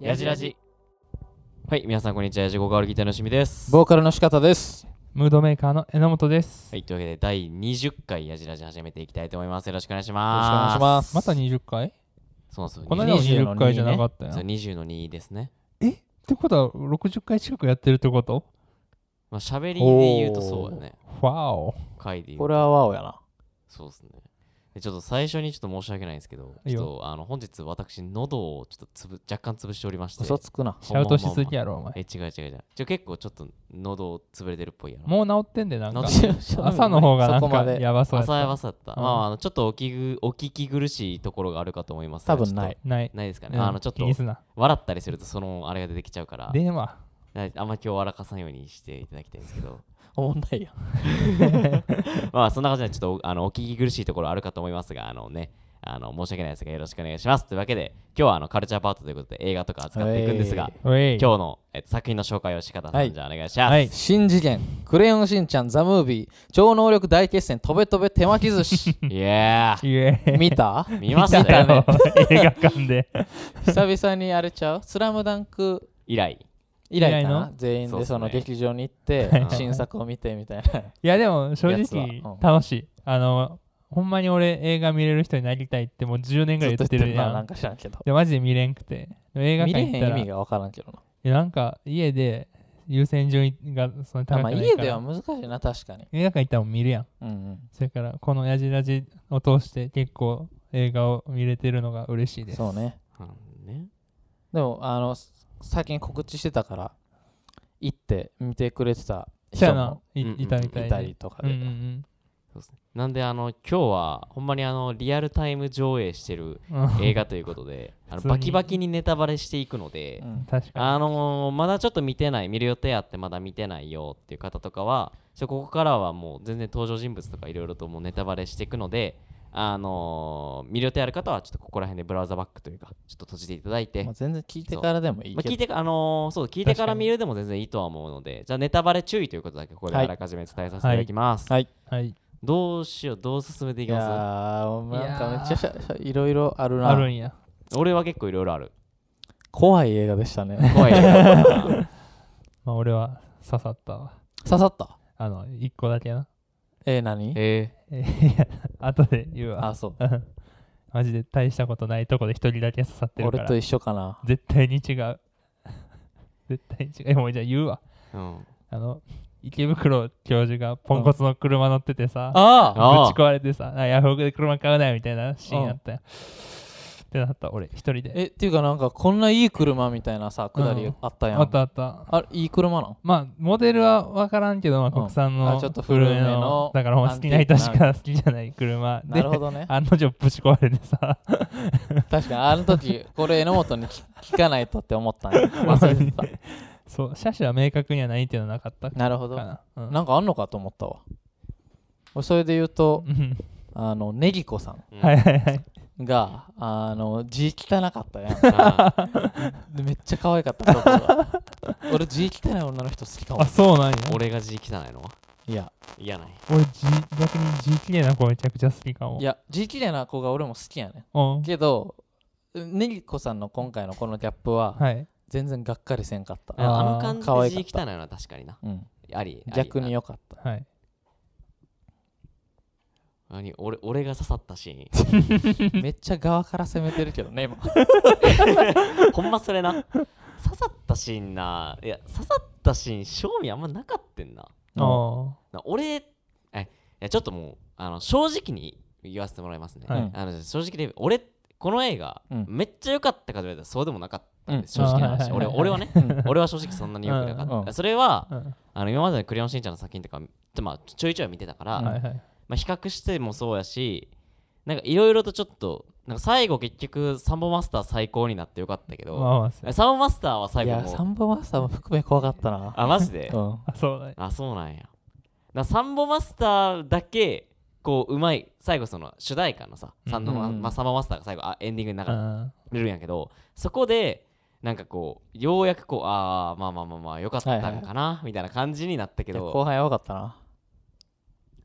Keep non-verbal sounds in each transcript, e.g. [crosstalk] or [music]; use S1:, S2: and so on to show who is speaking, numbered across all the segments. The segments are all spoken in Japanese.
S1: やじらじ。はい、皆さんこんにちは。やじごかわるギターのしみです。
S2: ボーカルの仕方です。
S3: ムードメーカーの榎本です。
S1: はい、というわけで第20回やじらじ始めていきたいと思います。よろしくお願いし
S2: よろしくお
S1: ま
S2: 願い
S1: す。
S2: します。
S3: また20回
S1: す。そうなんですよ。
S3: この間は
S2: 20
S3: 20回じゃなかったよ。
S1: そう
S3: っ
S1: 20の2ですね。
S3: てことは60回近くやってるってこと
S1: まあ、喋りで言うとそうだね。
S3: わお。
S1: 回で言うと。
S2: これはワオやな。
S1: そうですね。でちょっと最初にちょっと申し訳ないんですけど、
S3: いい
S1: ち
S3: よ
S1: ょっとあの本日私、喉をちょっとつぶ若干潰しておりまして。
S2: 嘘つくな。
S3: シャウトしすぎやろ、お前。
S1: え、違う違う違う。ちょ結構ちょっと喉潰れてるっぽいやろ。
S3: もう治ってんで、なんか。
S2: 朝
S3: [laughs] 朝の方がなん
S2: そこま
S3: か
S2: で
S3: やばそうやっ
S1: 朝や
S3: た
S1: ば。さった。
S3: うん
S1: まあ、あのちょっとお聞くお聞き苦しいところがあるかと思いますが。
S2: 多分な
S1: ちょ
S2: い
S1: っ。
S3: ない
S1: と。。ないですかね。
S3: うん
S1: あのちょっ
S3: 気
S1: と
S3: にすな。
S1: 笑ったりするとそのあれが出てきちゃうから、
S3: 電話。
S1: なあんま今日笑かさんようにしていただきたいんですけど、 [laughs]
S2: おもんないやん。
S1: まあそんな感じでちょっとあのお聞き苦しいところあるかと思いますが、あのね、あの申し訳ないですがよろしくお願いします。というわけで、今日はあのカルチャーパートということで映画とか扱っていくんですが、
S3: おい。
S1: 今日の、えっと、作品の紹介を仕方さん、
S2: はい
S1: じゃあお願いします。
S3: はい
S2: 新次元、クレヨンしんちゃん、ザ・ムービー、超能力大決戦、とべとべ手巻き寿
S3: [laughs]
S2: 司。
S1: いや
S3: いえ。
S2: 見た
S1: ー、見ました
S3: 見た
S1: よ
S3: よ。 [laughs] 映画館で。
S2: 久々にあれちゃうスラムダンク
S1: 以来。
S2: 以来か
S3: 以来
S2: な全員
S1: そうっ
S2: です
S1: ね
S2: その劇場に行っ
S1: は
S2: て
S1: い、
S2: 新作を見てみたいな。
S3: いや、でも正
S2: やつは
S3: 直
S2: うん、
S3: 楽しい。あの、ほんまに俺映画見れる人になりたいってもう10年ぐらい言ってるや
S2: な、なん
S3: ん。
S2: か知らんけど。
S3: で、マジで見れんくて。映画
S2: 見
S3: 館
S2: れへ
S3: 行った
S2: ん
S3: ら
S2: 意味がわからんけどな。
S3: いやなんか家で優先順位がその
S2: あ
S3: 高
S2: ま
S3: くな
S2: あ
S3: いから、
S2: 家では難しいな、確かに。
S3: 映画館行ったらもう見るやん
S2: うんうん。
S3: それからこの「やじラジ」を通して結構映画を見れてるのが嬉しいです
S2: そうね。
S1: うんね、
S2: でもあのす最近告知してたから行って見てくれてた
S3: そ
S2: 人
S3: やな
S2: も
S3: い,、
S1: うんうん
S3: いたみたい
S2: い
S3: で
S2: たりとか
S3: うん
S2: で、
S3: うんうん
S1: そうっすねなんであの今日はほんまにあのリアルタイム上映してる
S3: うん
S1: 映画ということであの
S3: 普通に
S1: バキバキにネタバレしていくので、
S2: うん
S3: 確か
S1: あのーまだちょっと見てない見る予定あってまだ見てないよっていう方とかはちょここからはもう全然登場人物とかいろいろともうネタバレしていくので、あのー見る予定ある方はちょっとここら辺でブラウザバックというかちょっと閉じていただいて、
S2: ま
S1: ま
S2: あ、全然聞いてからでもいい
S1: あ、
S2: けど、
S1: 聞いてかあのーそう聞いてから
S3: 確かに
S1: 見るでも全然いいとは思うのでじゃあネタバレ注意ということだけここで
S2: はい
S1: あらかじめ伝えさせていただきます、
S2: はい
S3: にはい
S1: どうしようどう進めてい
S2: い
S1: き
S2: や
S1: ま
S2: ーもうなんか
S3: い
S2: め
S3: やー
S2: っちゃしゃしゃいろいろある
S3: ある
S2: なん
S3: や
S1: す俺は結構いろいろある
S2: 怖い映画でしたね
S1: 怖いうん
S3: まあ俺は刺さったわ
S2: [laughs] 刺さった
S3: あの一個だけな [laughs]
S2: えー、何
S1: え
S3: えいや後で言うわ
S2: あそう
S3: うんマジで大したことないとこで一人だけ刺さってるか
S2: 俺
S3: ら
S2: と一緒かな
S3: 絶対に違う [laughs] 絶対に違うもうじゃあ言うわ
S1: ーうん、
S3: あの池袋教授がポンコツの車乗っててさ、
S2: ああ
S1: あ
S3: ぶち壊れてさあヤフオクで車買うなよみたいなシーンあったよ、ってなった俺一人で
S2: えっていうかなんかこんないい車みたいなさ下りあったやん、
S3: あったあった
S2: あれいい車なん
S3: まあモデルは分からんけど、まあ、
S2: うん
S3: 国産の
S2: あちょっと古めの
S3: だからほんま好きな人しか好きじゃない車で
S2: なるほどね
S3: 案の定ぶち壊れて
S2: [laughs]
S3: さ
S2: 確かにあの時これ榎本に聞聞かないとって思ったんや忘れてた
S3: [laughs] そう車種は明確にはないっていうのはなかったか
S2: なるほど
S3: なうん
S2: なんかあんのかと思ったわ。俺それで言うと、
S3: うん
S2: あの、ネギ子さ
S1: うん
S3: はいはいはい
S2: んが、あの、字汚かったやん。
S1: あー
S2: でめっちゃ可愛かった、僕は。俺、字汚い女の人好きかも
S3: あ。そうなんや
S1: 俺が字汚いのはい
S2: や、
S1: 嫌ない
S3: 俺 G 逆に G 綺麗な子めちゃくちゃ好きかも
S2: いや、字綺麗な子が俺も好きやね
S3: うん
S2: ん。けど、ネギ子さんの今回のこのギャップは、
S3: はい
S2: 全然がっかりせんかった。
S1: あのあの
S3: あー
S1: 感じ
S2: 可愛
S1: で
S2: かっ
S1: 字汚
S2: た
S1: いのは確かにな。
S2: うん、
S1: あり。あり
S2: 逆に。良かった。
S3: はい
S1: あ何俺俺が刺さったシ
S2: めっちゃ側から攻めてるけどね、今。
S1: ーン。ほんまそれな。刺さったシーンな。いや、刺さったシーン、賞味あんまなかってんな。
S3: あ
S1: な俺、えいやちょっともうあの、正直に言わせてもらいますね。
S3: はい
S1: あの正直で、俺、この映画、
S2: うん
S1: めっちゃ良かったかと言われたらそうでもなかったんです、
S3: うん
S1: 正直な話。
S3: あーは
S1: 俺
S3: いはいはい
S1: 俺はね、
S2: うん
S1: 俺は正直そんなに良くなかった。
S2: うんうん
S1: それは、
S3: あ、うん、
S1: あの今までのクレヨンしんちゃんの作品とか、まあ、ちょいちょい見てたから、
S2: うん
S3: はいはい
S1: まあ、比較してもそうやしなんかいろいろとちょっとなんか最後結局サンボマスター最高になってよかったけど、
S3: まあまあそう
S1: サンボマスターはい最後
S2: や、
S1: も
S2: サンボマスターも含め怖かったな。
S1: あマ
S2: [laughs]
S1: ジで、
S2: うん。
S3: あそうだね
S1: あそうなんやなサンボマスターだけこううまい最後その主題歌のさ、サンボマ
S2: うん
S1: まあ、サンボマスターが最後あエンディングに流
S3: う
S1: れ
S3: ん
S1: るんやけど、そこでなんかこうようやくこうああまあまあまあまあよかったんかな、みたいな感じになったけ
S2: いや
S1: ど
S2: 後半やばかったな。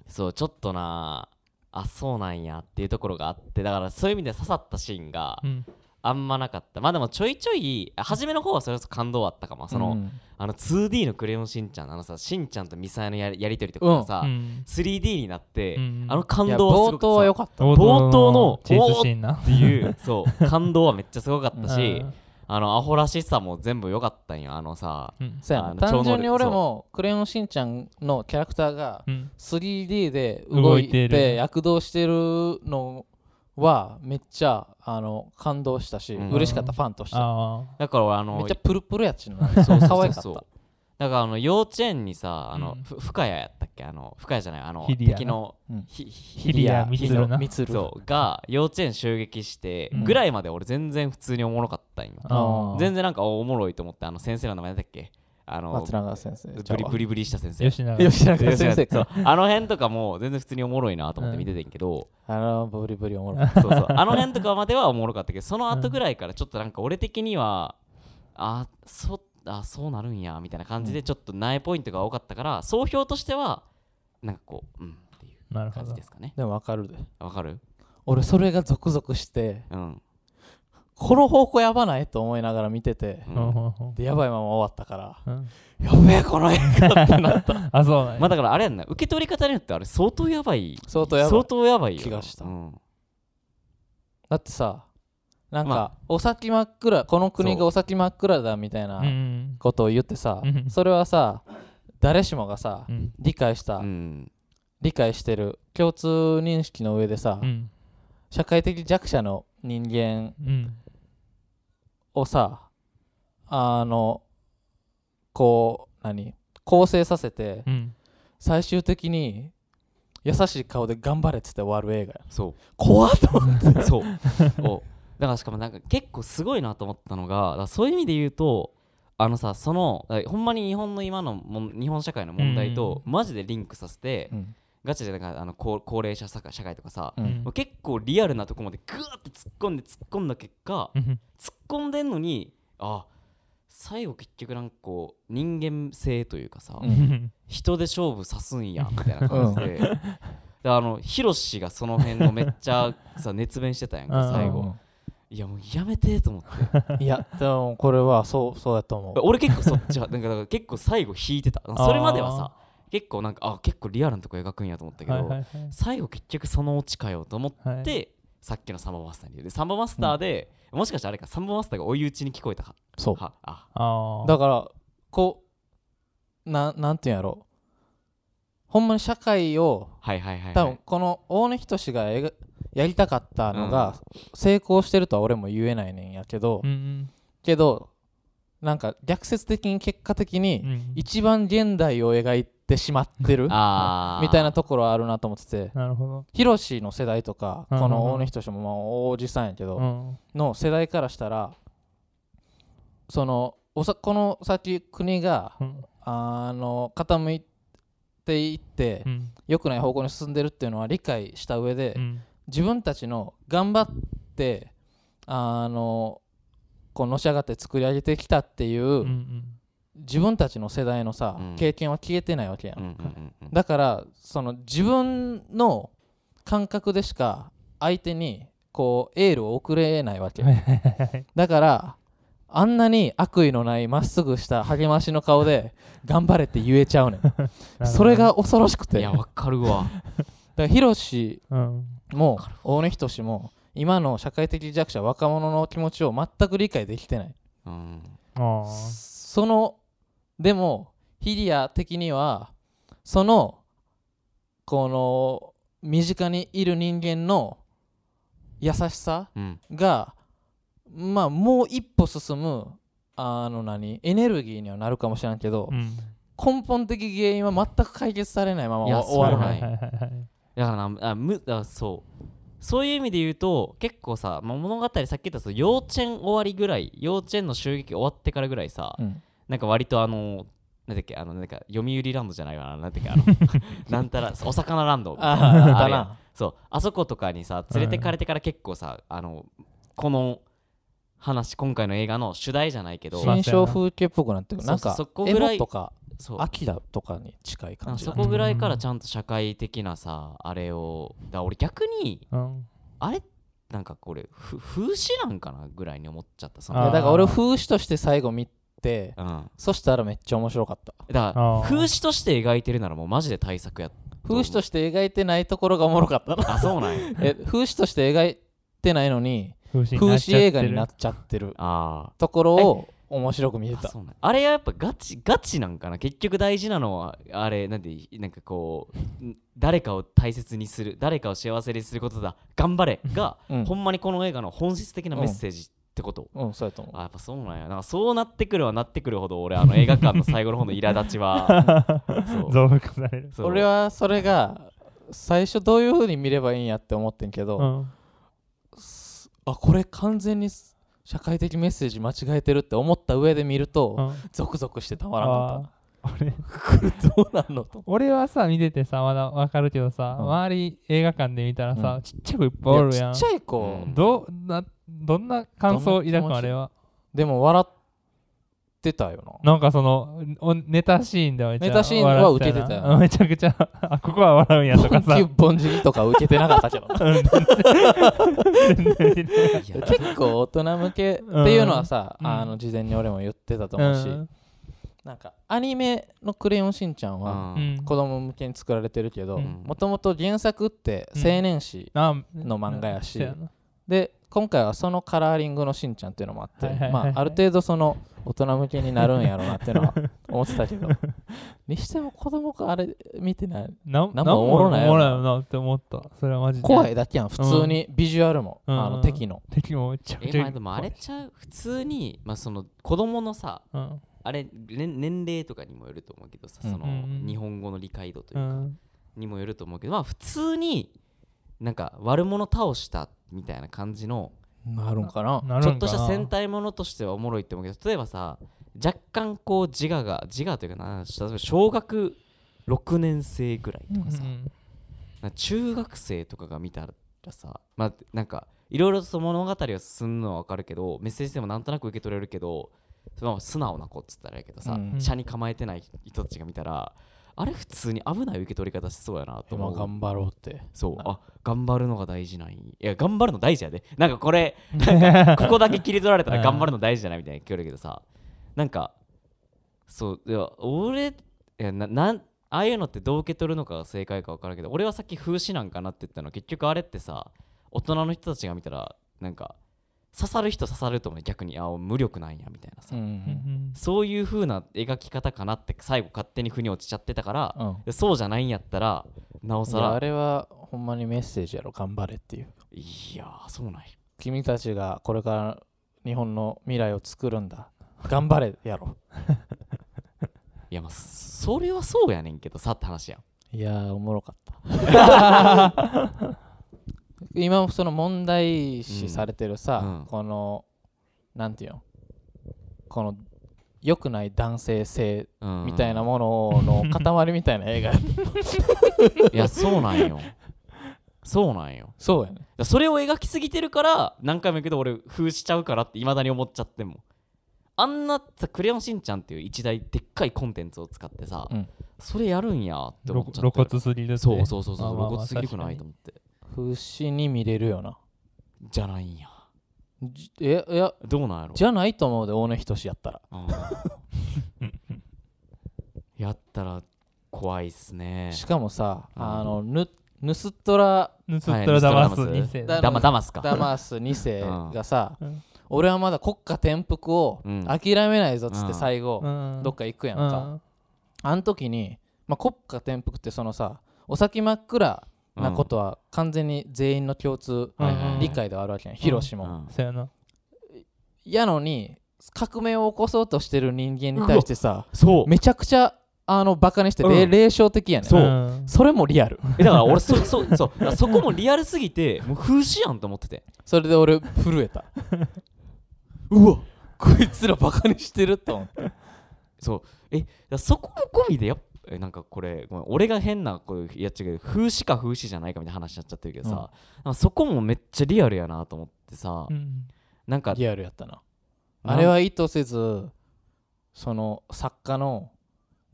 S1: そうちょっとなあそうなんやっていうところがあってだからそういう意味で刺さったシーンが、
S3: うん
S1: あんまなかったまあでもちょいちょいあ初めの方はそれこそ感動はあったかもその、
S2: うん
S1: あの 2D のクレヨンしんちゃんのあのさしんちゃんとミサヤのやりやりとりとかがさ、
S3: うん
S1: 3D になって、
S3: うん
S1: あの
S2: い
S1: 感
S2: や
S1: 動はす
S2: 冒
S1: ごく
S2: 頭は良かっ
S1: 冒頭の
S3: チェイスシーンな。
S1: っていう
S3: [laughs]
S1: そう感動はめっちゃすごかったし、
S3: うん
S1: あのアホらしさも全部良かったんよあのさ
S3: うん
S2: たそうやな
S1: あの
S2: 単純
S1: 超能
S2: に
S1: 力
S2: 俺もクレヨンしんちゃんのキャラクターが
S3: うん
S2: 3D で動い
S3: 動いて
S2: て
S3: る
S2: 躍動してるのはめっちゃあの感動したし、
S1: うん
S2: 嬉しかったファンとして
S3: ああ。
S1: だから俺あの
S2: めっちゃプルプルやっちん
S1: [laughs]
S2: な
S1: そうそう
S2: 可愛か
S1: そ
S2: っ
S1: うそう
S2: た
S1: だからあの幼稚園にさあの、
S3: うん
S1: ふ深谷やったっけあの深谷じゃないあの
S3: ヒリアな
S1: 敵の、
S2: うん
S1: ひひ
S3: ヒリア・ミツルな。
S2: みつる
S1: そうが幼稚園襲撃して
S3: うん
S1: ぐらいまで俺全然普通におもろかったんよ、
S2: あー
S1: 全然なんかおおもろいと思ってあの先生の名前だっけあの
S2: 松永先生
S1: ブリブリブリした先生
S3: 吉永。
S2: 吉永先生
S1: そう
S2: か
S1: あの辺とかも全然普通におもろいなと思って見ててんけど、
S2: あのブリブリおもろい
S1: そうそうあの辺とかまではおもろかったけどその後ぐらいからちょっとなんか俺的にはあそあそうなるんやみたいな感じでちょっと苗ポイントが多かったから総評としてはなんかこううんってい
S3: な
S1: う
S3: るほ
S1: 感じ
S3: ど
S1: で。すかね
S2: でもわかるで
S1: わかる
S2: 俺それがゾクゾクして
S1: うん、
S2: この方向やばないと思いながら見てて
S1: う
S3: うんんうんうん
S2: でやばいまま終わったから
S3: うん
S2: やべえこの映画ってなった
S3: あ、そうなんや
S1: まあだからあれやんな受け取り方によってあれ相当やばい
S2: 相当やばい
S1: 相当やばいよ
S2: 気がした
S1: うん
S2: だってさなんか、
S1: ま
S2: お先真っ暗この国
S1: そ
S2: が
S1: う
S2: お先真っ暗だみたいな
S3: うん
S2: ことを言ってさ
S3: うん
S2: それはさ誰しもがさ、
S3: うん
S2: 理解した、
S1: うん
S2: 理解してる共通認識の上でさ、
S3: うん
S2: 社会的弱者の人間
S3: うん
S2: をさあのこう何構成させて
S3: うん
S2: 最終的に優しい顔で頑張れっつって終わる映画や
S1: そう
S2: 怖っと思って
S1: そう
S2: [laughs]
S1: おだからしかもなんか結構すごいなと思ったのがだからそういう意味で言うとあのさそのだからほんまに日本の今のもん日本社会の問題とマジでリンクさせて、
S2: うん
S1: ガチでなんかあの高高齢者社会社会とかさ、
S2: う
S3: うんん
S1: もう結構リアルなとこまでグーって突っ込んで突っ込んだ結果、
S3: うん
S1: 突っ込んでんのにあ最後結局なんかこう人間性というかさ、
S2: うん
S3: うん
S1: 人で勝負さす
S2: [laughs]
S1: んやみたいな感じで。であのヒロシがその辺のめっちゃさ熱弁してたやんか最後、いやもうやめてと思って
S2: うんいやでもこれはそうそうやと思う
S1: [laughs] 俺結構そっちはなんかだから結構最後引いてたそれまではさ結構なんかあ結構リアルなとこ描くんやと思ったけど、
S3: はいはい
S1: 最後結局そのオチかよと思っ
S3: はい
S1: て、さっきのサンボマスターにでサンボマスターで、もしかしたらあれかサンボマスターが追い打ちに聞こえたか
S2: そう
S1: はあ
S3: あー
S2: だからこうなんなんていうんやろほんまに社会を
S1: はいはいはい、
S2: 多
S1: は
S2: 分
S1: い、
S2: この大根仁志がやがやりたかったのが成功してるとは俺も言えないねんやけど、
S3: うん
S2: けどなんか逆説的に結果的
S3: う
S2: に
S3: ん
S2: 一番現代を描いてしまってる
S1: あー
S2: みたいなところはあるなと思ってて
S3: なるほ
S2: ヒロシの世代とか
S3: うん
S2: この大根仁志もまあおじさんやけど、
S3: どうん
S2: の世代からしたらそのおさこの先国が
S3: うん
S2: あの傾いていって
S3: うん
S2: 良くない方向に進んでるっていうのは理解した上で
S3: うん
S2: 自分たちの頑張ってあのこうのし上がって作り上げてきたっていううん自分たちの世代のさ
S1: うん
S2: 経験は消えてないわけや
S1: うん
S2: ん
S1: うんうんうん
S2: だからその自分の感覚でしか相手にこうエールを送れない
S3: [laughs]
S2: わけ
S3: はいはいはい
S2: だからあんなに悪意のないまっすぐした励ましの顔で頑張れって言えちゃうねんそれが恐ろしくて
S1: いや
S2: だ
S1: わかるわ
S2: からヒロシ
S3: うん
S2: も大根仁志も今の社会的弱者若者の気持ちを全く理解できてない
S1: うん
S3: あー
S2: そのでもヒリア的にはそのこの身近にいる人間の優しさ
S1: うん
S2: がまあもう一歩進むあの何エネルギーにはなるかもしれんけど、
S3: うん
S2: 根本的原因は全く解決されないまま
S1: いや
S2: 終わる
S1: そう
S2: な
S1: ないん
S2: い
S1: や
S3: はいはいはい
S1: だからなあむだからそうそういう意味で言うと結構さ、まあ、物語さっき言ったその幼稚園終わりぐらい幼稚園の襲撃終わってからぐらいさ、
S2: うん
S1: なんか割とあのなんだっけあのなんか読売ランドじゃないわ
S2: [laughs]
S1: ななんだっけあのなんたらお魚ランド
S2: あ
S1: あ
S2: あ
S1: れ
S2: だ
S1: や
S2: な
S1: そうあそことかにさ連れてかれてから結構さ、あのこの話今回の映画の主題じゃないけど
S3: しま
S2: 新象風景っぽくなってるなん
S1: そう
S2: か
S1: そうそこ
S2: エ
S1: ぐらい
S2: モとか
S1: そう
S2: アキラとかに近い感
S1: あ
S2: じ
S1: そ
S2: だ
S1: こぐらいからちゃんと社会的なさあれをだから俺逆に
S3: うん
S1: あれなんかこれふ風刺なんかなぐらいに思っちゃったそ
S2: いや
S1: の
S3: あー
S2: だから俺風刺として最後見て
S1: うん、
S2: そしたらめっちゃ面白かった
S1: だから
S3: あー
S1: 風刺として描いてるならもうマジで対策や
S2: 風刺として描いてないところがおもろかったな
S1: あそうなんや
S2: え風刺として描いてないのに
S3: 風刺
S2: 風刺映画にな
S3: [laughs]
S2: っ
S3: っ
S2: ちゃってる
S1: あ
S2: ところ
S1: [laughs]
S2: を面白く見え
S1: ーあ
S2: た
S1: そうなんあれはやっぱガチガチなんかな結局大事なのはあれなんでなんかこうん誰かを大切にする誰かを幸せにすることだ頑張れが、
S2: うん
S1: ほんまにこの映画の本質的なメッセージってこと、
S2: うんそうやと思う
S1: あやっぱそうなんやなんかそうなってくるはなってくるほど俺あの映画館の最後の方の苛立ち
S3: [laughs]
S1: はそう
S3: 増幅される、
S1: そう
S2: 俺はそれが最初どういう風に見ればいいんやって思ってんけど、
S3: うん、
S2: すあこれ完全にす社会的メッセージ間違えてるって思った上で見ると、
S3: うん
S2: ゾクゾクしてたまらなかった
S3: あー俺
S2: どうなんのと
S3: 俺はさ見ててさまだわかるけどさ、
S2: うん
S3: 周り映画館で見たらさ、
S2: う
S3: ちっちゃくいっぱいおる
S2: い
S3: や
S2: や
S3: ん
S2: ちっちゃい子、
S1: うん
S3: どうなどんな感想を抱く
S2: どんな気持
S3: の
S2: ち
S3: あれは
S2: でも笑ってたよな
S3: なんかそのおネタシーンではめちゃ
S2: ネタシーンは受けてたよ
S3: 笑っなめちゃ [laughs] くちゃあここは笑うんやとかさ
S2: ボンジボンジギとか受けてなかったけど
S3: [laughs]
S2: [laughs]
S1: いや
S2: 結構大人向けっていうのはさ、
S3: うん
S2: あの事前に俺も言ってたと思うし、
S3: うん
S2: なんかアニメの「クレヨンしんちゃん」
S1: う
S2: は
S1: ん
S3: うん
S2: 子供向けに作られてるけど
S1: うん
S2: もともと原作って
S3: うん
S2: 青年誌
S3: あ
S2: の漫画やし
S3: そうな
S2: で今回はそのカラーリングのしんちゃんっていうのもあって、
S3: はいはいはい
S2: ま
S3: はい
S2: あ、ある程度その大人向けになるんやろうなっていうのは思ってたけ [laughs] どにしても子供があれ見てない
S3: なん
S2: なんも
S3: なんも
S2: おもろないよ
S3: おもろいよなって思ったそれはマジで
S2: 怖
S3: い
S2: いだけやん普通にビジュアルも、
S3: うん
S2: あの敵の、
S3: 敵もめちゃく
S1: え
S3: ちゃ
S1: まあでもあれちゃう普通に、まあ、その子供のさ
S3: うん
S1: あれ、ね、年齢とかにもよると思うけどさ
S2: うん
S1: その
S3: うん
S1: 日本語の理解度という
S3: う
S1: か、
S3: ん
S1: にもよると思うけどまあ普通になんか悪者倒したみたいな感じの
S2: なるんかな
S3: なるんかな
S1: ちょっとした戦隊ものとしてはおもろいって思うけど例えばさ若干こう自我が自我というかな例えば小学6年生ぐらいとかさ、
S3: うん
S1: なんか中学生とかが見たらさまあなんかいろいろとその物語を進むのは分かるけどメッセージでもなんとなく受け取れるけどその素直な子っつったらやけどさ、
S2: うん
S1: 車に構えてない人たちが見たらあれ普通に危ない受け取り方しそうやなと
S2: 今
S1: 思う。
S2: 頑張ろうって
S1: そうあ頑張るのが大事なんやいや頑張るの大事やでなんかこれなんかここだけ切り取られたら頑張るの大事じゃないみたいな聞こえるけどさなんかそういや俺いやななんああいうのってどう受け取るのかが正解か分からんけど俺はさっき風刺なんかなって言ったの結局あれってさ大人の人たちが見たらなんか刺さる人刺さると思う逆にあ無力なんやみたいなさ、
S2: うん
S3: うん
S1: そういう風な描き方かなって最後勝手に腑に落ちちゃってたから
S2: う、ん
S1: でそうじゃないんやったらなお
S2: い
S1: さ
S2: やあ
S1: ら
S2: れはほんまにメッセージやろ頑張れっていう
S1: いやーそうなんや
S2: 君たちがこれから日本の未来を作るん [laughs] だ頑張れやろ
S1: いやまあそそれはそうやねんけどさって話やん
S2: いやーおもろかった
S1: [laughs]
S2: 今もその問題視されてるさ、
S1: うんうん
S2: このなんていうのこの良くない男性性
S1: うん
S2: みたいなものの塊みたいな映画
S1: いやそうなんよそうなんよ
S2: そうやね
S1: だそれを描きすぎてるから何回も言うけど俺風しちゃうからっていまだに思っちゃってんもんあんなさ「クレヨンしんちゃん」っていう一大でっかいコンテンツを使ってさ、
S2: うん
S1: それやるんやって思
S3: 露
S1: っちゃってる
S3: 骨すぎるって
S1: そうそうそうそう
S3: まあまあま
S1: 露
S3: あ
S1: 骨すぎるくないと思って
S2: 風刺に見れるよな
S1: じゃないんや
S2: じえいや
S1: どうなんやろ
S2: じゃないと思うで大根仁やったら
S1: あーやったら怖いっすね
S2: しかもさ
S1: うん
S2: あのぬ盗っ人ら
S3: ヌスットラダマス
S1: はいヌ
S3: 2
S1: ス
S3: 世
S2: トラダマス
S1: ダマダマスか
S2: ダマース2世がさ、
S3: うん
S2: 俺はまだ国家転覆を
S1: うん
S2: 諦めないぞっつっ
S1: うん
S2: て最後、
S3: うん
S2: どっか行くやんか、
S3: うん
S2: あん時に、まあ、国家転覆ってそのさお先真っ暗なことは完全に全員の共通
S3: うん
S1: はいはいはい
S2: 理解ではあるわけやん、ヒロシ
S1: う
S2: も、
S1: ん
S3: そうやな
S2: やのに革命を起こそうとしてる人間に対してさ
S1: そう
S2: めちゃくちゃあのバカにして、れ
S1: うん
S2: 霊障的やねん
S1: そう
S3: うん
S2: それもリアル
S1: [laughs] えだから俺そ [laughs] そそうだからそこもリアルすぎてもう風刺やんと思ってて
S2: それで俺震えたうわ [laughs] こいつらバカにしてると思って
S1: そうえだからそこも込みでやっえなんかこれごめん俺が変なこうやっちゃうけど風刺か風刺じゃないかみたいな話になっちゃってるけどさ、
S2: うん
S1: なんかそこもめっちゃリアルやなと思ってさ、
S3: うん
S1: なんか
S2: リアルやったな
S1: な
S2: あれは意図せずその作家の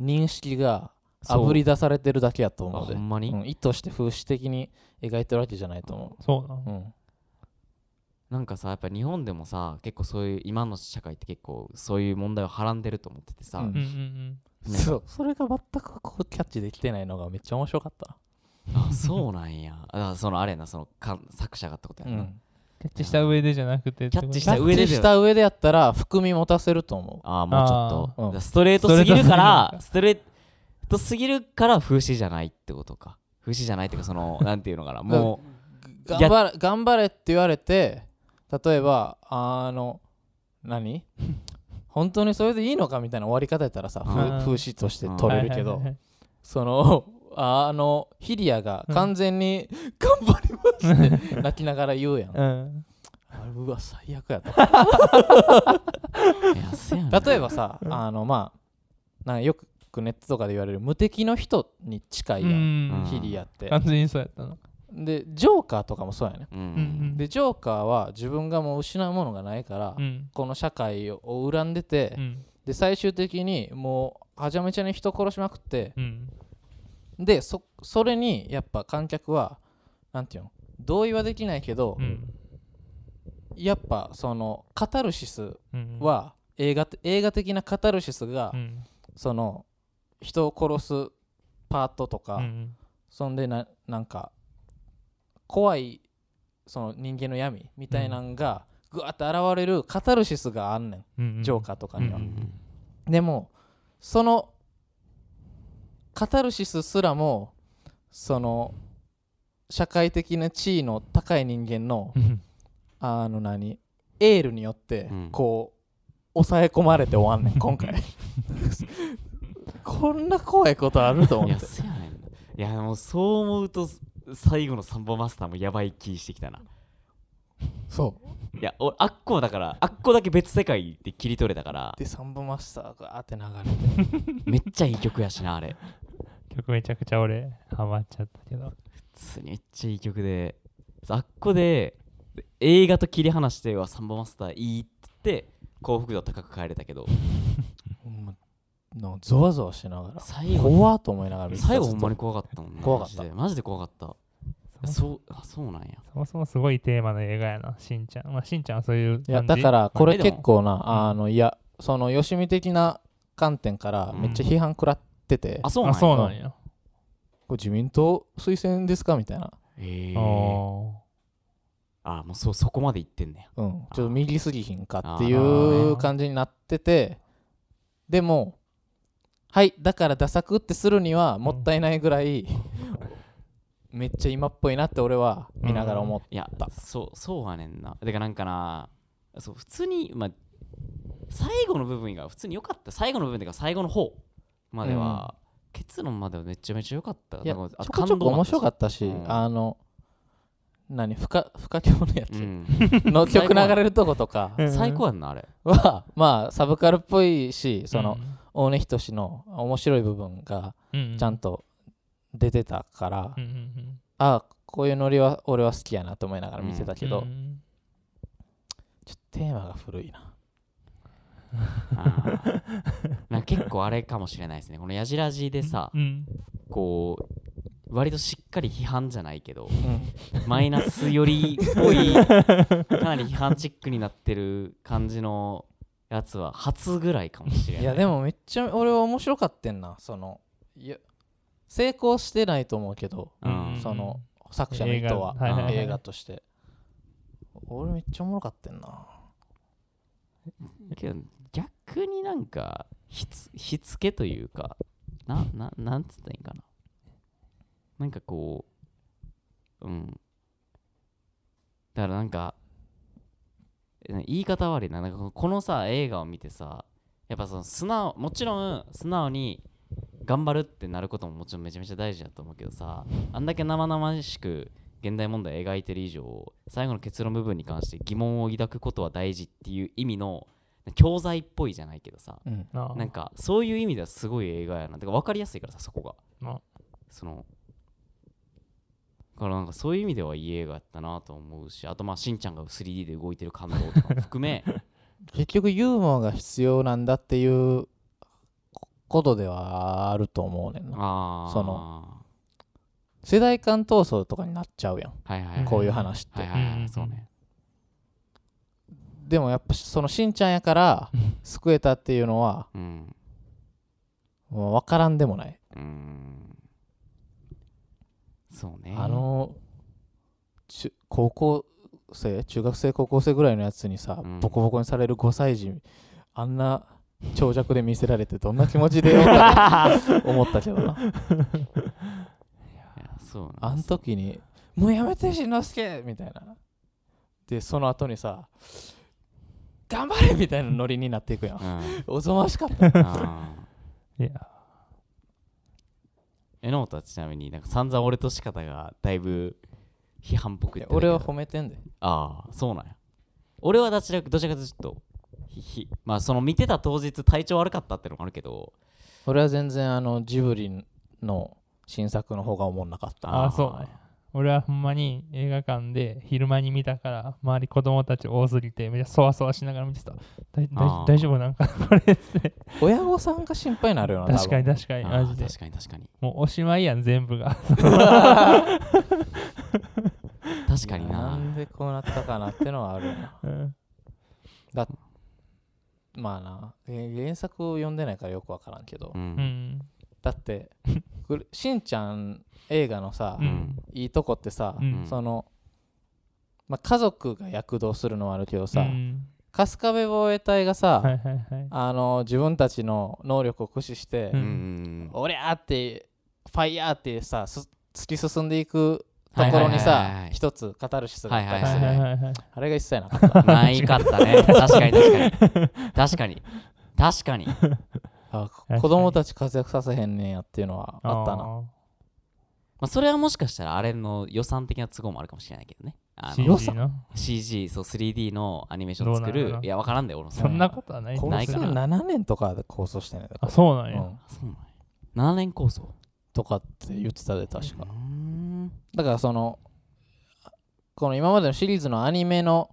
S2: 認識があぶり出されてるだけやと
S1: あ
S2: 思う
S1: ほ
S2: で
S1: んまに、
S2: うん、意図して風刺的に描いてるわけじゃないと思
S3: そうなの
S2: う、うん、
S1: なんかさやっぱ日本でもさ結構そういう今の社会って結構そういう問題をはらんでると思っててさ、
S2: うん
S3: うんうん
S1: ね
S2: そうそれが全くこうキャッチできてないのがめっちゃ面白かった
S1: あそうなんやあだからそのあれやなそのか作者がってことや
S2: うん
S1: な、
S3: キャッチした上でじゃなくてってこ
S1: キ
S3: と
S1: ャッチ
S2: キ
S1: し
S2: ャ
S1: た上
S2: ッ
S1: で
S2: チ
S1: だ
S2: し
S1: よ
S2: た上でやったら含み持たせると思
S1: ああもうちょっ
S2: あー
S1: と、
S2: うん
S1: だからストレートすぎるからストレートすぎるから風刺じゃないってことか風刺じゃないっていうかそ [laughs] のなんていうのかなも
S2: う
S1: や
S2: 頑張れ頑張れって言われて例えばあの何本当にそれでいいのかみたいな終わり方やったらさふ
S1: うん
S2: 風刺として取れるけ
S3: は
S2: ど
S3: いはいはいはい
S2: そのあのヒリアが完全に「頑張ります」って泣きながら言うやん
S3: うん
S2: あうわ最悪やと
S1: ういやせやな
S2: 例えばさあのまあなんかよくネットとかで言われる無敵の人に近いや、
S3: うんん
S2: ヒリアって
S3: 完全にそうやったの
S2: でジョーカーとかもそうやね
S1: うん、
S3: うん
S2: でジョーカーは自分がもう失うものがないから、
S3: うん
S2: この社会を恨んでて、
S3: うん
S2: で最終的にもうはちゃめちゃに人殺しまくって
S3: うん
S2: でそそれにやっぱ観客はなんていうの同意はできないけど、
S3: うん
S2: やっぱそのカタルシス
S3: うん
S2: は映画て映画的なカタルシスが、
S3: うん
S2: その人を殺すパートとか、
S3: うん
S2: そんでななんか怖いその人間の闇みたいなんがぐわって現れるカタルシスがあんねん、
S3: うんうん
S2: ジョーカーとかには、
S1: う
S3: うん
S1: ん
S2: でもそのカタルシスすらもその社会的な地位の高い人間の
S3: うん
S2: あの何エールによって
S1: うん
S2: こう、抑え込まれて終わん
S1: [laughs]
S2: ねん今回こんな怖いことあると
S1: い
S2: 思っ
S1: や
S2: て
S1: せやねんないやもうそう思うと最後のサンボマスターもやばい気してきたな
S2: そう
S1: いや俺あっこはだからあっこだけ別世界で切り取れたから
S2: でサンボマスターがあって流れ
S1: めっちゃいい曲やしなあれ
S3: 曲めちゃくちゃ俺ハマっちゃったけど
S1: 普通にめっちゃいい曲であっこで映画と切り離してはサンボマスターいいって言って幸福度高く帰れたけど
S2: ほんまなんかゾワゾワしながら
S1: 最後
S2: 怖っと思いながら見てた
S1: 最後ほんま
S2: ず
S1: に
S2: っと
S1: 怖かったもんね
S2: 怖かった
S1: マジでマジで怖かったそうあそうなんや
S3: そもそもすごいテーマの映画やな、しんちゃん。まあ、しんちゃんはそういう感じ。
S2: いやだからこれ
S1: えでも
S2: 結構なあのいやそのよしみ的な観点からめっちゃ批判食らってて、
S1: あ
S2: こ
S1: そうなん
S3: あ、
S1: や
S3: そうなんや。
S2: れ自民党推薦ですかみたいな
S1: へえ
S3: あー
S1: あもうそうそこまで行ってんね
S2: うん、ちょっと右すぎひんかってい
S1: あ
S3: ー
S2: う感じになっててでもはいだからダサくってするにはもったいないぐら
S1: [laughs]
S2: い、めっちゃ今っぽいなって俺は見ながら思っ
S1: やいや
S2: た
S1: そうそうはねんなてかなんかなそう普通にまあ最後の部分が普通に良かった最後の部分っていうか最後の方までは、結論まではめちゃめちゃ良かった
S2: いやち
S1: なんかあ
S2: ょこちょこ面白か
S1: っ
S2: ったし、
S1: うん
S2: あの何不可不可教のや
S1: たしうん
S2: つの曲流れるとことか
S3: うん
S1: 最高やんなあれ
S2: はまあサブカルっぽいしその、
S3: うん
S2: 大根仁の面白い部分が
S3: うんうん
S2: ちゃんと出てたから、
S3: うんうんうん
S2: ああこういうノリは俺は好きやなと思いながら見てたけど、
S3: うん
S2: ちょっとテーマが古いな。
S1: あ
S2: [laughs]
S1: ーなんか結構あれかもしれないですねこのやじらじでさ
S3: うん
S1: こう割としっかり批判じゃないけどマイナスよりっ
S2: [laughs]
S1: ぽいかなり批判チックになってる感じのやつは初ぐらいかもしれない
S2: いやでもめっちゃ俺は面白かってんな。そのいや成功してないと思うけど、
S1: うん
S2: その作者の意図は映
S3: 映画
S2: 画,、
S1: はいはいはい
S2: として。俺めっちゃおもろかってんな。
S1: けど逆になんかひつしつけというかなななんつったらいいんかななんかこううんだからなんかえ言い方悪いななんかこのこのさ映画を見てさやっぱその素直もちろん素直に頑張るってなることももちろんめちゃめちゃ大事だと思うけどさあんだけ生々しく現代問題を描いてる以上最後の結論部分に関して疑問を抱くことは大事っていう意味の教材っぽいじゃないけどさ
S2: うん、
S3: あー
S1: なんかそういう意味ではすごい映画やなてか分かりやすいからさそこが
S3: ま
S1: そのだからなんかそういう意味ではいい映画やったなと思うしあとまあしんちゃんが 3D で動いてる感動とかも
S2: [laughs]
S1: 含め
S2: 結局ユーモアが必要なんだっていうことではあると思うねんな。
S1: ああ
S2: その世代間闘争とかになっちゃうやん、
S1: はいはいはい
S2: こういう話って。
S1: はいはいは
S3: うん
S1: いそうね
S2: でもやっぱそのしんちゃんやから救えたっていうのは
S1: うん
S2: もう分からんでもない、
S1: うんそうね
S2: あの中高校生中学生高校生ぐらいのやつにさ、
S1: うん
S2: ボコボコにされる5歳児あんな長尺で見せられてどんな気持ちでようか [laughs] と思ったけどない
S1: やそうなん
S2: あの時に「もうやめてしんのすけ!」みたいなでその後にさ「頑張れ!」みたいなノリになっていくやん
S1: うん
S2: おぞましかった
S1: あー
S3: [laughs] いや
S1: 榎本はちなみになんか散々俺と仕方がだいぶ批判っぽく言ってたけ
S2: 俺
S1: ど
S2: は褒めてんで
S1: ああそうなんや俺はどちらかどちらかというとひひまあその見てた当日体調悪かったってのもあるけど
S2: 俺は全然あのジブリの新作の方がおもんなかった
S3: あーそうね俺はほんまに映画館で昼間に見たから周り子供たち多すぎてめっちゃそわそわしながら見てた大
S1: あー
S3: 大大丈夫なんかこれですね
S2: 親御さんが心配になるよな
S3: 確かに確かに
S1: あー
S3: マジで
S1: 確かに確かに
S3: もうおしまいやん全部が
S1: 確か
S2: 多分
S1: に
S2: な
S1: なん
S2: でこうなったかなってのはあるよな
S3: うん
S2: [laughs] まあなえ原作を読んでないからよくわからんけど、
S1: う
S3: うんん
S2: だってこれしんちゃん映画のさ、
S3: うん
S2: いいとこってさ、
S3: うん
S2: その、まあ、家族が躍動するのもあるけどさ、
S3: うん
S2: 春日部防衛隊がさ、
S3: はいはいはい
S2: あの自分たちの能力を駆使して、
S3: う
S1: うんん
S2: おりゃーってファイヤーってさす突き進んでいくところに
S1: はいはいはいは
S2: さ
S1: い
S2: 一つカタルシスがあった
S1: は
S2: り
S1: い
S2: す
S3: は
S2: る
S3: い
S2: やん
S3: はいはいはい
S2: あれが一切なかっ
S1: [laughs] ないかったね確かに確かに確かに確かに
S2: たあこ
S3: かに
S2: 子供たち活躍させへんねんやっていうのはあったな
S1: まあそれはもしかしたらあれの予算的な都合もあるかもしれないけどねあ
S3: ー
S1: の
S3: CG の
S1: CG そう 3D のアニメーションを作
S3: どう
S1: る
S3: なんやろない
S1: やわからんで俺も
S3: そんなことはない
S1: こ
S2: 構
S1: うない
S2: 想
S1: かな
S2: 7年とかで構想してない
S3: あそうなん
S2: う
S3: や
S2: ん
S1: そうなんや7年構想
S2: とかって言ってたで確か
S1: うーん
S2: だからそのこの今までのシリーズのアニメの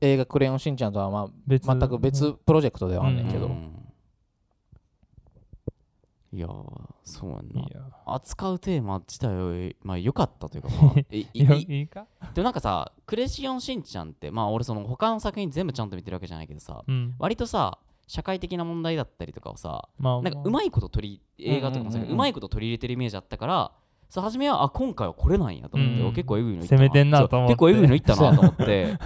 S2: 映画「クレヨンしんちゃん」とはま
S3: 別
S2: あ全く別プロジェクトではあんねんけど、
S1: うんいやーそうやんない
S3: や
S1: 扱うテーマ自体はまあ良かったというか、まあ、いい
S3: いや
S1: い
S3: いいか
S1: でもなんかさ「クレシオンしんちゃん」ってまあ俺その他の作品全部ちゃんと見てるわけじゃないけどさ
S3: うん
S1: 割とさ社会的な問題だったりとかをさ
S3: まあ
S1: なんかうまいこと取り映画とかもそうやけ
S2: うんうんうんうん
S1: どうまいこと取り入れてるイメージあったからさ初めはあ今回はこれなんやと思って、
S3: うん
S1: 俺結構えぐいのいった
S3: 攻めてんなと思っ
S1: そう
S3: て
S1: 結構えぐいのいったなと思って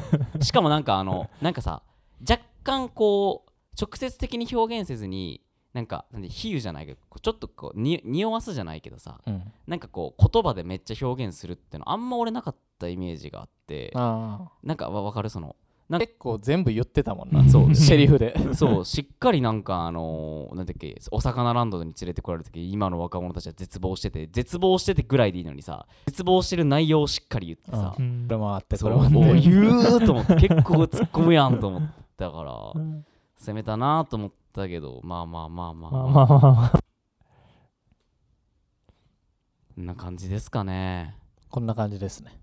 S3: [laughs]
S1: しかもなんかあのなんかさ若干こう直接的に表現せずになんかなんで比喩じゃないけどこうちょっとこうに匂わすじゃないけどさ
S2: うん
S1: なんかこう言葉でめっちゃ表現するってのあんま俺なかったイメージがあって
S2: あ
S1: なんかわわかるその
S2: ー
S1: なん
S2: 結構全部言ってたもんな
S1: そう
S2: セリフで
S3: [laughs]
S1: そうしっかりなんかあのーなんだっけお魚ランドに連れてこられた時今の若者たちは絶望してて絶望しててぐらいでいいのにさ絶望してる内容をしっかり言ってさ、
S3: うん
S2: これもあって
S1: そ
S2: こ
S1: う
S2: れもあって
S1: お言うと思って結構突っ込むやんと思ったか
S3: [laughs] う
S1: ら
S3: ん
S1: 攻めたなと思ったけどまあまあまあまあ
S3: まあまあまあまあ
S1: こんな感じですかね
S2: [laughs] こんな感じですね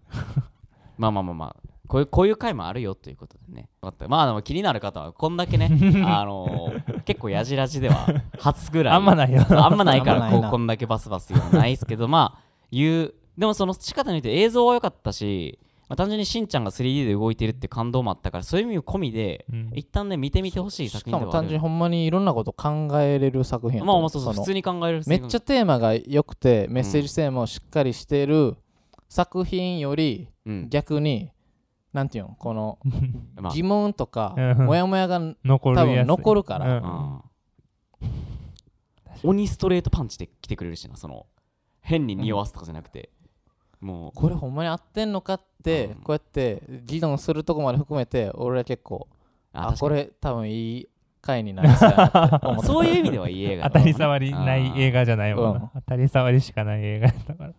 S1: まあまあまあまあこういうこういう回もあるよということでね。分かった。まあでも気になる方はこんだけ
S3: [laughs]
S1: ね、あのー結構やじらじでは初ぐらい。
S3: あんまないよ
S1: そうあんまないか
S2: あんまな
S1: らこ
S2: いうな
S1: こんだけバスバス言うのはないですけどまあ言うでもその仕方によって映像は良かったし、まあ、単純にしんちゃんが 3D で動いてるって感動もあったからそういう意味込みで
S3: うん
S1: 一旦ね見てみてほしい
S2: し
S1: 作
S2: か
S1: 品で
S2: も
S1: はあ
S2: 単純
S1: る
S2: にほんまにいろんなこと考えれる作品やと
S1: まあ
S2: 思
S1: まあそうそう
S2: その
S1: 普通に考えられる
S2: めっちゃ
S1: ゃ、
S2: テーマが良くてメッセージ性もしっかりしてる作品より
S1: うん
S2: 逆になんていうのこの
S1: まあ
S2: 疑問とか
S3: うん
S2: モヤモヤ
S1: [laughs]
S2: が多
S3: 残るや
S2: 分
S3: つ
S2: 残るから
S3: うん
S1: うん、鬼ストレートパンチで来てくれるしなその変に匂わすとかじゃなくて、もう
S2: これほんまに合ってんのかって
S1: うん
S2: こうやって議論するとこまで含めて俺は結構あ
S1: 確か
S2: こ
S1: に
S2: れ多分いい回になりそうやなって思った
S1: [laughs] そういう意味ではいい映画
S2: [laughs]
S3: 当
S1: だ
S3: た
S1: わ
S3: り障りない映画じゃないもん
S2: うん
S3: な当たり障りしかない映画だったから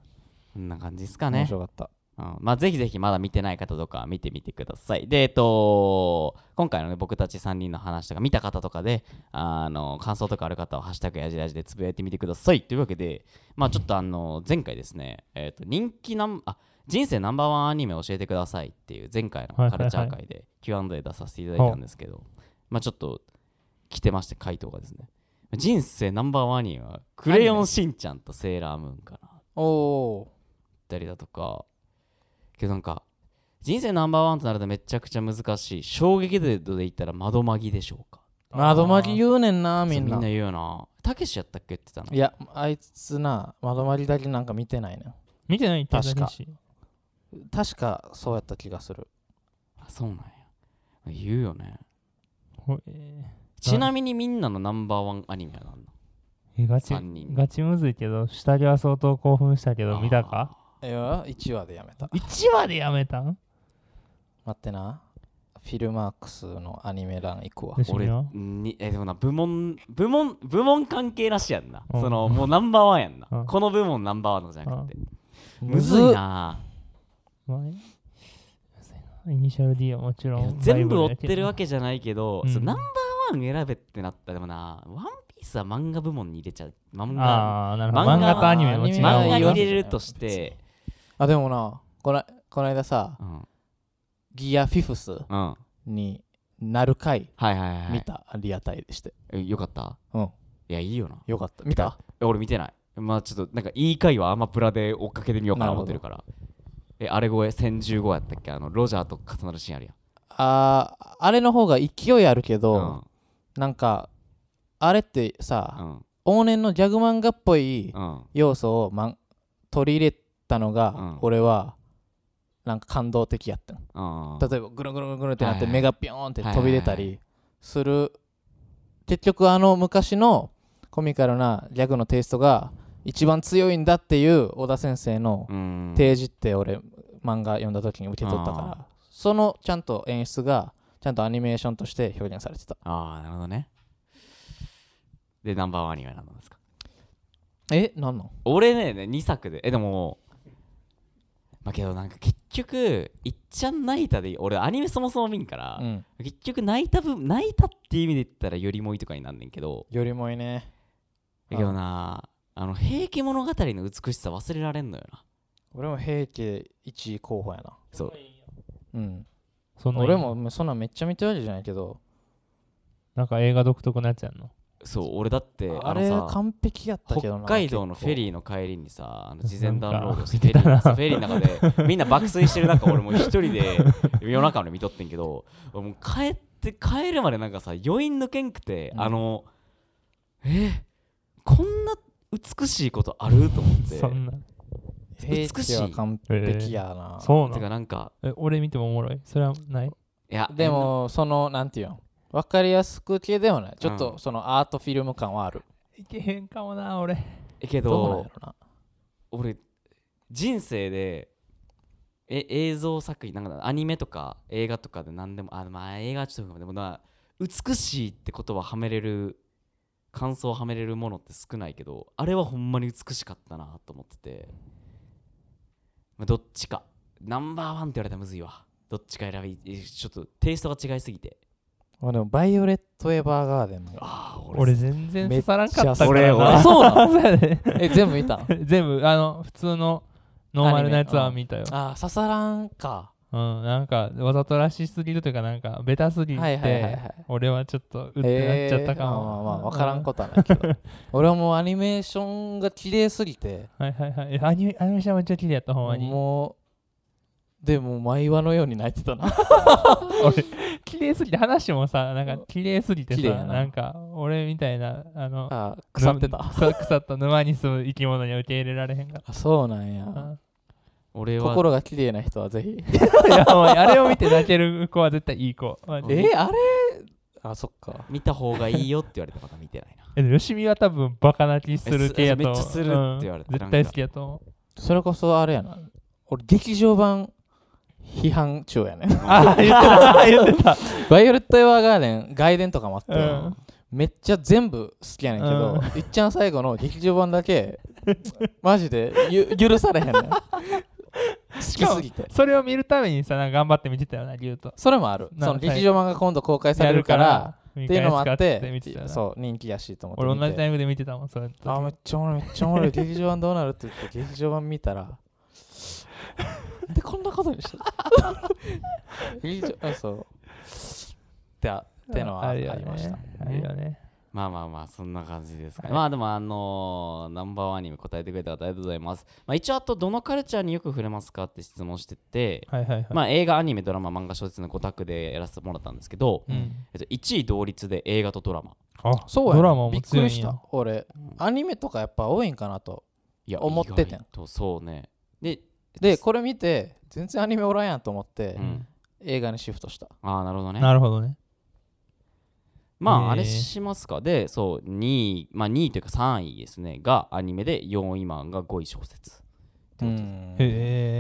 S1: こんな感じですか
S2: 面
S1: ね、
S2: 白かった
S1: うんまあぜひぜひまだ見てない方とかは見てみてくださいでえっと今回のね僕たち3人の話とか見た方とかであの感想とかある方は「ハッシュタグやじらじ」でつぶやいてみてくださいというわけでまあちょっとあの前回ですねえっと人気ナンあ人生ナンバーワンアニメ教えてくださいっていう前回のカルチャー会で Q&A 出させていただいたんですけど、まあちょっと来てまして回答がですね人生ナンバーワンアニメは「クレヨンしんちゃん」と「セーラームーン」かな
S2: おお
S1: ったりだとかけどなんか人生ナンバーワンとなるとめちゃくちゃ難しい衝撃度で言ったら窓まぎでしょうか
S2: 窓巻き
S3: う
S2: 言うねんな
S1: そう
S2: みんな
S1: 言うよなたけしやったっけって言ってた
S2: いやあいつな窓巻きだけなんか見てないね
S3: 見てないって
S2: 確か
S3: 西
S2: 確かそうやった気がする
S1: のあそうなんや言うよね
S3: ほえ
S1: ちなみにみんなのナンバーワンアニメは何なの
S3: ーえガチ
S1: 3人
S3: ガチむずいけど下着は相当興奮したけど見たか
S2: いや1話でやめた
S3: 1話でやめたん
S2: 待ってなフィルマークスのアニメ欄行くわ
S3: よし
S1: 俺
S3: 見よ
S1: にえでもな部門部門部門関係なしやんな、
S3: うん
S1: そのもうナンバーワンやんな、
S3: うん
S1: この部門ナンバーワンのじゃなくて、む
S2: [laughs] む
S1: ず
S2: ず
S1: い
S2: い
S1: な
S3: うまあねむずいなイニシャル D はもちろん
S1: 全部追ってるわけじゃないけど、
S3: うん
S1: そうナンバーワン選べってなったらでもなワンピースは漫画部門に入れちゃう漫画
S3: ああーなるほど
S1: 漫
S3: 漫
S1: 画
S3: 画とアニメも違う
S1: 漫画
S2: い
S1: に
S2: いわ
S1: 入れるとして
S2: あでもなこのこの間さ
S1: うん、うん、
S2: ギアフィフス
S1: はい
S2: になる回
S1: はいはい、
S2: 見た、リアタイでして
S1: えよかった
S2: うん
S1: いやいいよな
S2: よかった見た
S1: え俺見てないまあちょっとなんかいい回はアマプラで追っかけてみようかな
S2: なる
S1: 思
S2: ほ
S1: っ
S2: ど
S1: てるからえあれ声1015やったっけあのロジャーと重なるシーンあるやん
S2: あーあれの方が勢いあるけど、
S1: うん
S2: なんかあれって
S1: う
S2: さ、
S1: ん
S2: 往年のギャグ漫画っぽい
S1: うん
S2: 要素を、まん、取り入れたのが、
S1: うん
S2: 俺はなんか感動的やったの
S1: うん
S2: 例えばぐるんぐるんぐるんってなっ
S1: はい
S2: て
S1: はい
S2: 目がピョーンって
S1: はい
S2: 飛び出た
S1: は
S2: りする結局あの昔のコミカルなギャグのテイストが一番強いんだっていう小田先生の
S1: うん
S2: 提示って俺漫画読んだ時に受け取ったか
S1: あ
S2: らそのちゃんと演出がちゃんとアニメーションとして表現されてた
S1: ああなるほどねでナンバーワンには何なんですか
S2: えなんなん
S1: 俺ね2作でえでもまあけどなんか結局いっちゃん泣いたで俺アニメそもそも見んから、
S2: うん
S1: 結局泣いた分泣いたっていう意味で言ったらよりもいとかになんねんけど
S2: よりもいいね
S1: だけどなあの「平家物語」の美しさ忘れられんのよな
S2: 俺も平家1位候補やな
S1: そう
S2: うん
S3: そんな
S2: 俺もそんなめっちゃ見てるわけじゃないけど
S3: なんか映画独特なやつやんの
S1: そう俺だって
S2: あれ
S1: のさ
S2: 完璧やったけどな
S1: 北海道のフェ
S2: ー
S1: リーの帰りにさあの事前ダウンロードして
S3: なんか見てたな
S1: フェリーのそうフェリーの中でみんな爆睡してる中俺もう一人で夜中まで見とってんけどもう帰って帰るまでなんかさ余韻抜けんくて、
S2: うん
S1: あのえこんな美しいことあると思って
S3: そんな
S1: 美
S2: 平
S1: しい
S2: 家は完璧やな、
S3: そうな
S1: てか
S3: の
S1: なんか
S3: え俺見てもおもろいそれはない
S1: いや
S2: でもそのなんていうの分かりやすく系ではないちょっ
S1: う
S2: と
S1: ん
S2: そのアートフィルム感はある、
S3: いけへんかもな俺
S1: えけ
S2: どうなんや
S1: ど
S2: ろな
S1: 俺人生でえ映像作品なんかアニメとか映画とかで何でもあまあ映画はちょっとでもな美しいって言葉はめれる感想をはめれるものって少ないけどあれはほんまに美しかったなと思ってて、まあ、どっちかナンバーワンって言われたらむずいわどっちか選びえちょっとテイストが違いすぎて
S2: まあでもバイオレット・エヴァーガーデンも
S1: ああ
S3: 俺全然刺さらんかったか
S1: めっち
S3: ら
S1: ゃ
S2: あ
S1: 刺
S3: な
S2: そうなの
S3: そうやね
S2: [laughs] え全部見たん
S3: [laughs]
S2: [laughs]
S3: 全部あの普通のノーマルなやつは見たよ、
S2: あー刺さらんか
S3: うん、なんかわざとらしすぎるというかなんかベタすぎて、
S2: はいはいはいはい
S3: 俺はちょっとうってなっちゃったかも、
S2: えーまあまあまあ分からんことはないけ
S3: [laughs]
S2: ど俺はもうアニメーションが綺麗すぎて
S3: とはいはいはいえアニメアニメーションめっちゃ綺麗やったほんまに
S2: もうでも毎話のように泣いてたな
S3: 俺綺麗すぎて話もさなんか綺麗すぎてさ
S2: 綺麗や
S3: な
S2: なん
S3: か俺みたいな [laughs] あの
S2: あー腐ってた
S3: ぬ腐った沼に住む生き物には受け入れられへんかっ
S2: あそうなんや
S3: たな
S1: 俺は
S2: 心が綺麗な人はぜひ
S3: いやお前あれを見て泣ける子は絶対いい子マジ
S2: え
S3: で
S2: ーあれあそっか
S1: 見た方がいいよって言われたから見てないな
S3: えでもよしみは多分バカ泣きする系やと思う
S1: えそうめっちゃするって言われて
S3: うん絶対好きやと思う
S2: それこそあれやな俺劇場版批判中やね
S3: あ言ってた言ってた
S2: バイオレット・エヴァーガーデン外伝とかもあって、
S3: うん
S2: めっちゃ全部好きやねんけど、
S3: う
S2: いっちゃん最後の劇場版だけマジでゆ [laughs] 許されへんねん好きすぎて
S3: それを見るためにさなんか頑張って見てたよなリュウと
S2: それもある
S3: な
S2: その劇場版が今度公開されるから
S3: やるから
S2: っていうのもあっ
S3: 見返すかって見
S2: て
S3: てたよな
S2: そう人気やしと思って
S3: 俺同じタ
S2: い
S3: イミングで見てたもんそれの時
S2: あめっちゃおもろいめっちゃおもろい劇場版どうなるって言って劇場版見たらなんでこんなことにした
S3: [laughs]
S2: 劇場あそうってあってのはあ
S3: るよ
S2: りました
S3: ねあるよね
S1: まあまあまあそんな感じですか、ね
S3: はい
S1: まあでもあのーナンバーワンに答えてくれた方ありがとうございます、まあ、一応あとどのカルチャーによく触れますかって質問してて、
S3: はいはいはい。
S1: まあ映画アニメドラマ漫画小説の5択でやらせてもらったんですけど、
S3: うん、
S1: えっと、1位同率で映画とドラマ
S3: あ
S2: そうやな
S3: ドラマ
S2: び
S3: も
S2: っく
S3: 強いんや
S2: りした俺アニメとかやっぱ多いんかなと
S1: いや
S2: 思っててん
S1: 意外とそうねで
S2: でこれ見て全然アニメおらんやんと思って、
S1: うん
S2: 映画にシフトした
S1: ああなるほどね
S3: なるほどね。
S1: ま
S3: へ
S1: あ
S3: ー
S1: あれしますかでそう2位まあ2位というか3位ですねがアニメで4位漫画5位小説ってことです
S3: へ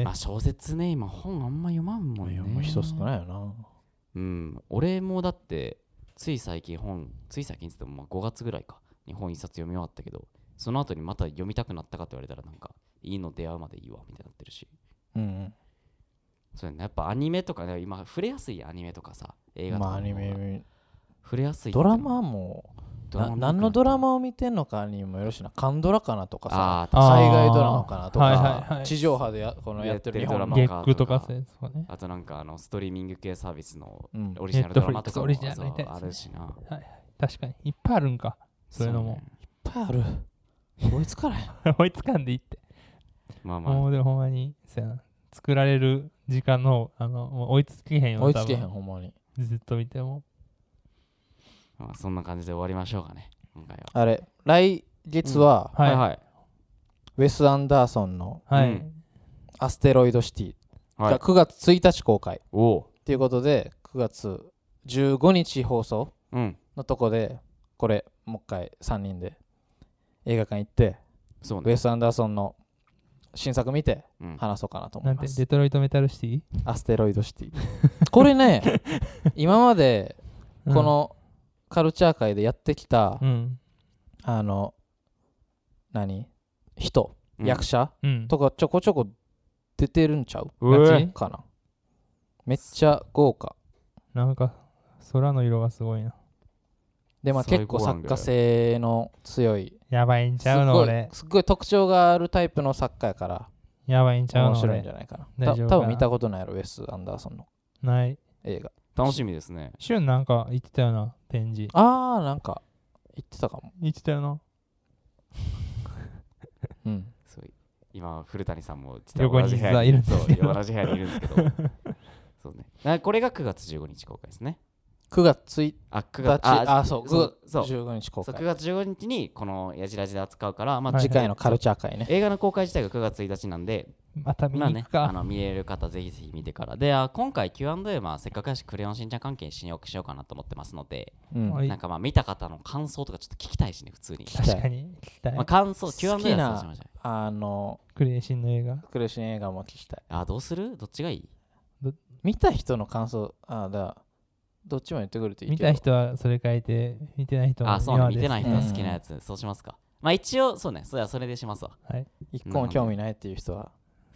S3: え
S1: ま。あ小説ね今本あんま読まんもんね
S2: もう人少ないよな
S1: うん俺もだってつい最近本つい最近っつってもまあ5月ぐらいかに本一冊読み終わったけどその後にまた読みたくなったかって言われたらなんかいいの出会うまでいいわみたいになってるし
S2: うん
S1: そうやねやっぱアニメとかね今触れやすいやんアニメとかさ映画と
S2: ま
S1: か
S2: あ
S1: の
S2: ア
S1: 方が
S2: ニメ
S1: 触れやすいって
S2: ド
S1: いうの
S2: ラ
S1: も
S2: マも
S1: ドラマ
S2: な
S1: も
S2: 何のドラマを見てんのかにもよるしなカンドラかなとかさ
S1: ああ
S3: あー
S2: 海外ドラマかなとか、
S3: はいはいはい
S2: 地上波でやこのやってる日本
S1: や
S2: の
S1: ってる
S3: ゲ
S1: ドラマ
S3: ックと
S1: と
S3: か
S1: か
S3: そういうやつとかね。
S1: あとなんかあのストリーミング系サービスの
S2: うん
S1: オリジナルドラマとかも
S3: Netflix オリジナル
S1: そう
S3: みたいなや
S1: あ
S3: つね
S1: るしな
S3: 確かに。いっぱいあるんか。 [laughs] そういうのも
S1: ね
S2: いっぱいある。 [laughs] 追いつか
S1: [laughs]
S2: ない。
S3: 追いつかんでいいって。
S1: まあまあ
S3: もうでもほんまに、そうやな。作られる時間の、あの、もう追いつけへんよ。
S2: 追いつけへん、
S3: 多
S2: ほんまに。
S3: 分ずっと見ても。
S1: まあ、そんな感じで終わりましょうかね、今回は。
S2: あれ、来月は、
S3: はい
S1: はい。
S2: ウェス・アンダーソンの
S3: は
S1: う
S3: い。
S1: ん
S2: アステロイド・シティ
S1: はい
S2: が9月1日公開。
S1: おお
S2: ということで、9月15日放送
S1: う。うん。
S2: のとこで、これ、もう一回3人で映画館行って、
S1: そう
S2: ウェ
S1: ね。
S2: ス・アンダーソンの新作見て
S1: うん、
S2: 話そうかなと思
S3: ないん
S2: ま
S3: て、
S2: す
S3: デ。トロイトメタルシティ
S2: アステロイド・シ
S3: [laughs]
S2: ティ。これね、今まで
S3: うん
S2: このカルチャー界でやってきた、
S3: うん。
S2: あの何人、
S1: うん
S2: 役者
S3: うん。
S2: とかちょこちょこ出てるんちゃう
S1: うえ
S2: かなめっちゃ豪華
S3: なんか、空の色がすごいな。
S2: でまあ
S1: 最
S2: 結構
S1: 高な
S2: 作
S1: んだよ
S2: 家性の強い
S3: やばいんち
S2: す
S3: ゃう
S2: っ
S3: の
S2: ご
S3: 俺
S2: い。すっごい特徴があるタイプの作家やから
S3: やばいんちゃう
S2: 面
S3: の
S2: 白いんじ
S3: 俺。
S2: ゃないかな
S3: 大
S2: た
S3: 丈夫か
S2: 多
S3: な
S2: 分見たことないやろウェス・アンダーソンの
S3: ない。
S2: 映画
S1: 楽しみですね。
S3: シュンなんか言ってたよな、展示。
S2: あーなんか言ってたかも
S3: 言ってたよな。
S2: うん
S1: すごい今、古谷さんも実
S3: 横に
S1: 同じ部屋に
S3: 実はいるんですけど
S1: そう同じ部屋にいるんですけ
S3: [laughs]
S1: ど。そうね。あこれが9月15日公開ですね。
S2: 9月1
S1: あ、9
S2: 日
S1: 月あ
S2: あそう
S1: そう
S2: 9
S1: そう
S2: 月15日公
S1: そう
S2: 開
S1: 9月15日にこのやじらじで扱うから、まあ
S3: はい
S2: 次回のカルチャー界ね
S1: 映画の公開自体が9月1日なんで、
S3: また見
S1: まあ
S3: に
S1: ね
S3: 行く、
S1: あ
S3: か。
S1: の見れる方ぜひぜひ見てから。で、あ今回 Q&A、まあ、せっかくやし、クレヨンしんちゃん関係にしようしようかなと思ってますので、
S2: うん
S3: はい
S1: なんかまあ見た方の感想とかちょっと聞きたいしね、普通に。
S2: きたい
S3: 確かに。聞きたい
S1: まあ、。感想、
S2: 好
S1: Q&A はそう
S2: き
S1: し
S2: な
S1: ましょう。
S2: あの
S3: クレーシンの映画。
S2: 苦しい映画も聞きたい
S1: あ、どうするどっちがいい
S2: 見た人の感想あだからどっちも言ってくれていい
S3: 見
S2: けど
S3: た人はそれ書いて、見てない人は
S1: あ、そうね、見てない人
S2: は
S1: は好きなやつ、そうしますか。まあ一応、そうね、そうや、それでしますわ。
S2: 一個も興味ないっていう人は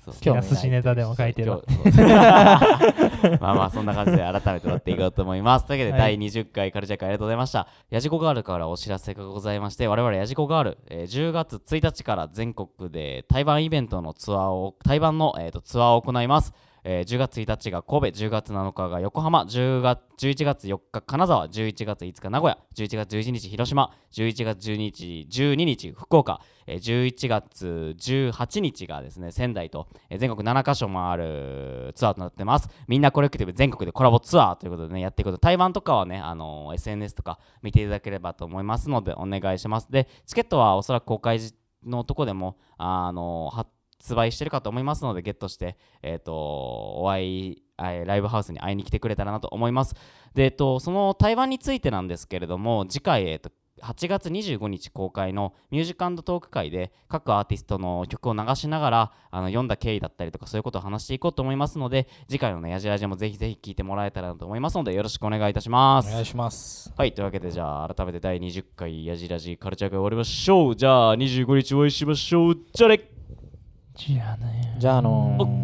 S1: そう
S2: 興味ない
S3: 寿司ネタでも書いてる
S1: 今。日そうまあまあ、そんな感じで改めて撮っていこうと思います。というわけで、
S3: は
S1: 第
S3: い
S1: 20回カルチャー会ありがとうございました。ヤジコガールからお知らせがございまして、我々ヤジコガール、えー10月1日から全国で台湾イベントのツアーを、台湾の、えーとツアーを行います。えー10月1日が神戸、10月7日が横浜、10月11月4日金沢、11月5日名古屋、11月11日広島、11月12日 ,12 日福岡、えー11月18日がですね仙台と、えー全国7カ所回るツアーとなってます。みんなコレクティブ全国でコラボツアーということでねやっていくこと台湾とかはね、あのー SNS とか見ていただければと思いますのでお願いします。でチケットはおそらく公開時のとこでも、あのー発売してるかと思いますのでゲットして、えー、とお会いあえーライブハウスに会いに来てくれたらなと思います。で、えっと、その台湾についてなんですけれども次回、えっと8月25日公開のミュージックトーク会で各アーティストの曲を流しながらあの読んだ経緯だったりとかそういうことを話していこうと思いますので次回のねやじラジもぜひぜひ聞いてもらえたらなと思いますのでよろしくお願いいたしま
S2: お
S1: す
S2: 願いします
S1: はいというわけでじゃあ改めて第20回やじラジカルチャー会終わりましょうじゃあ25日お会いしましょうじゃあね
S3: じゃあね。
S2: じゃああのー
S1: お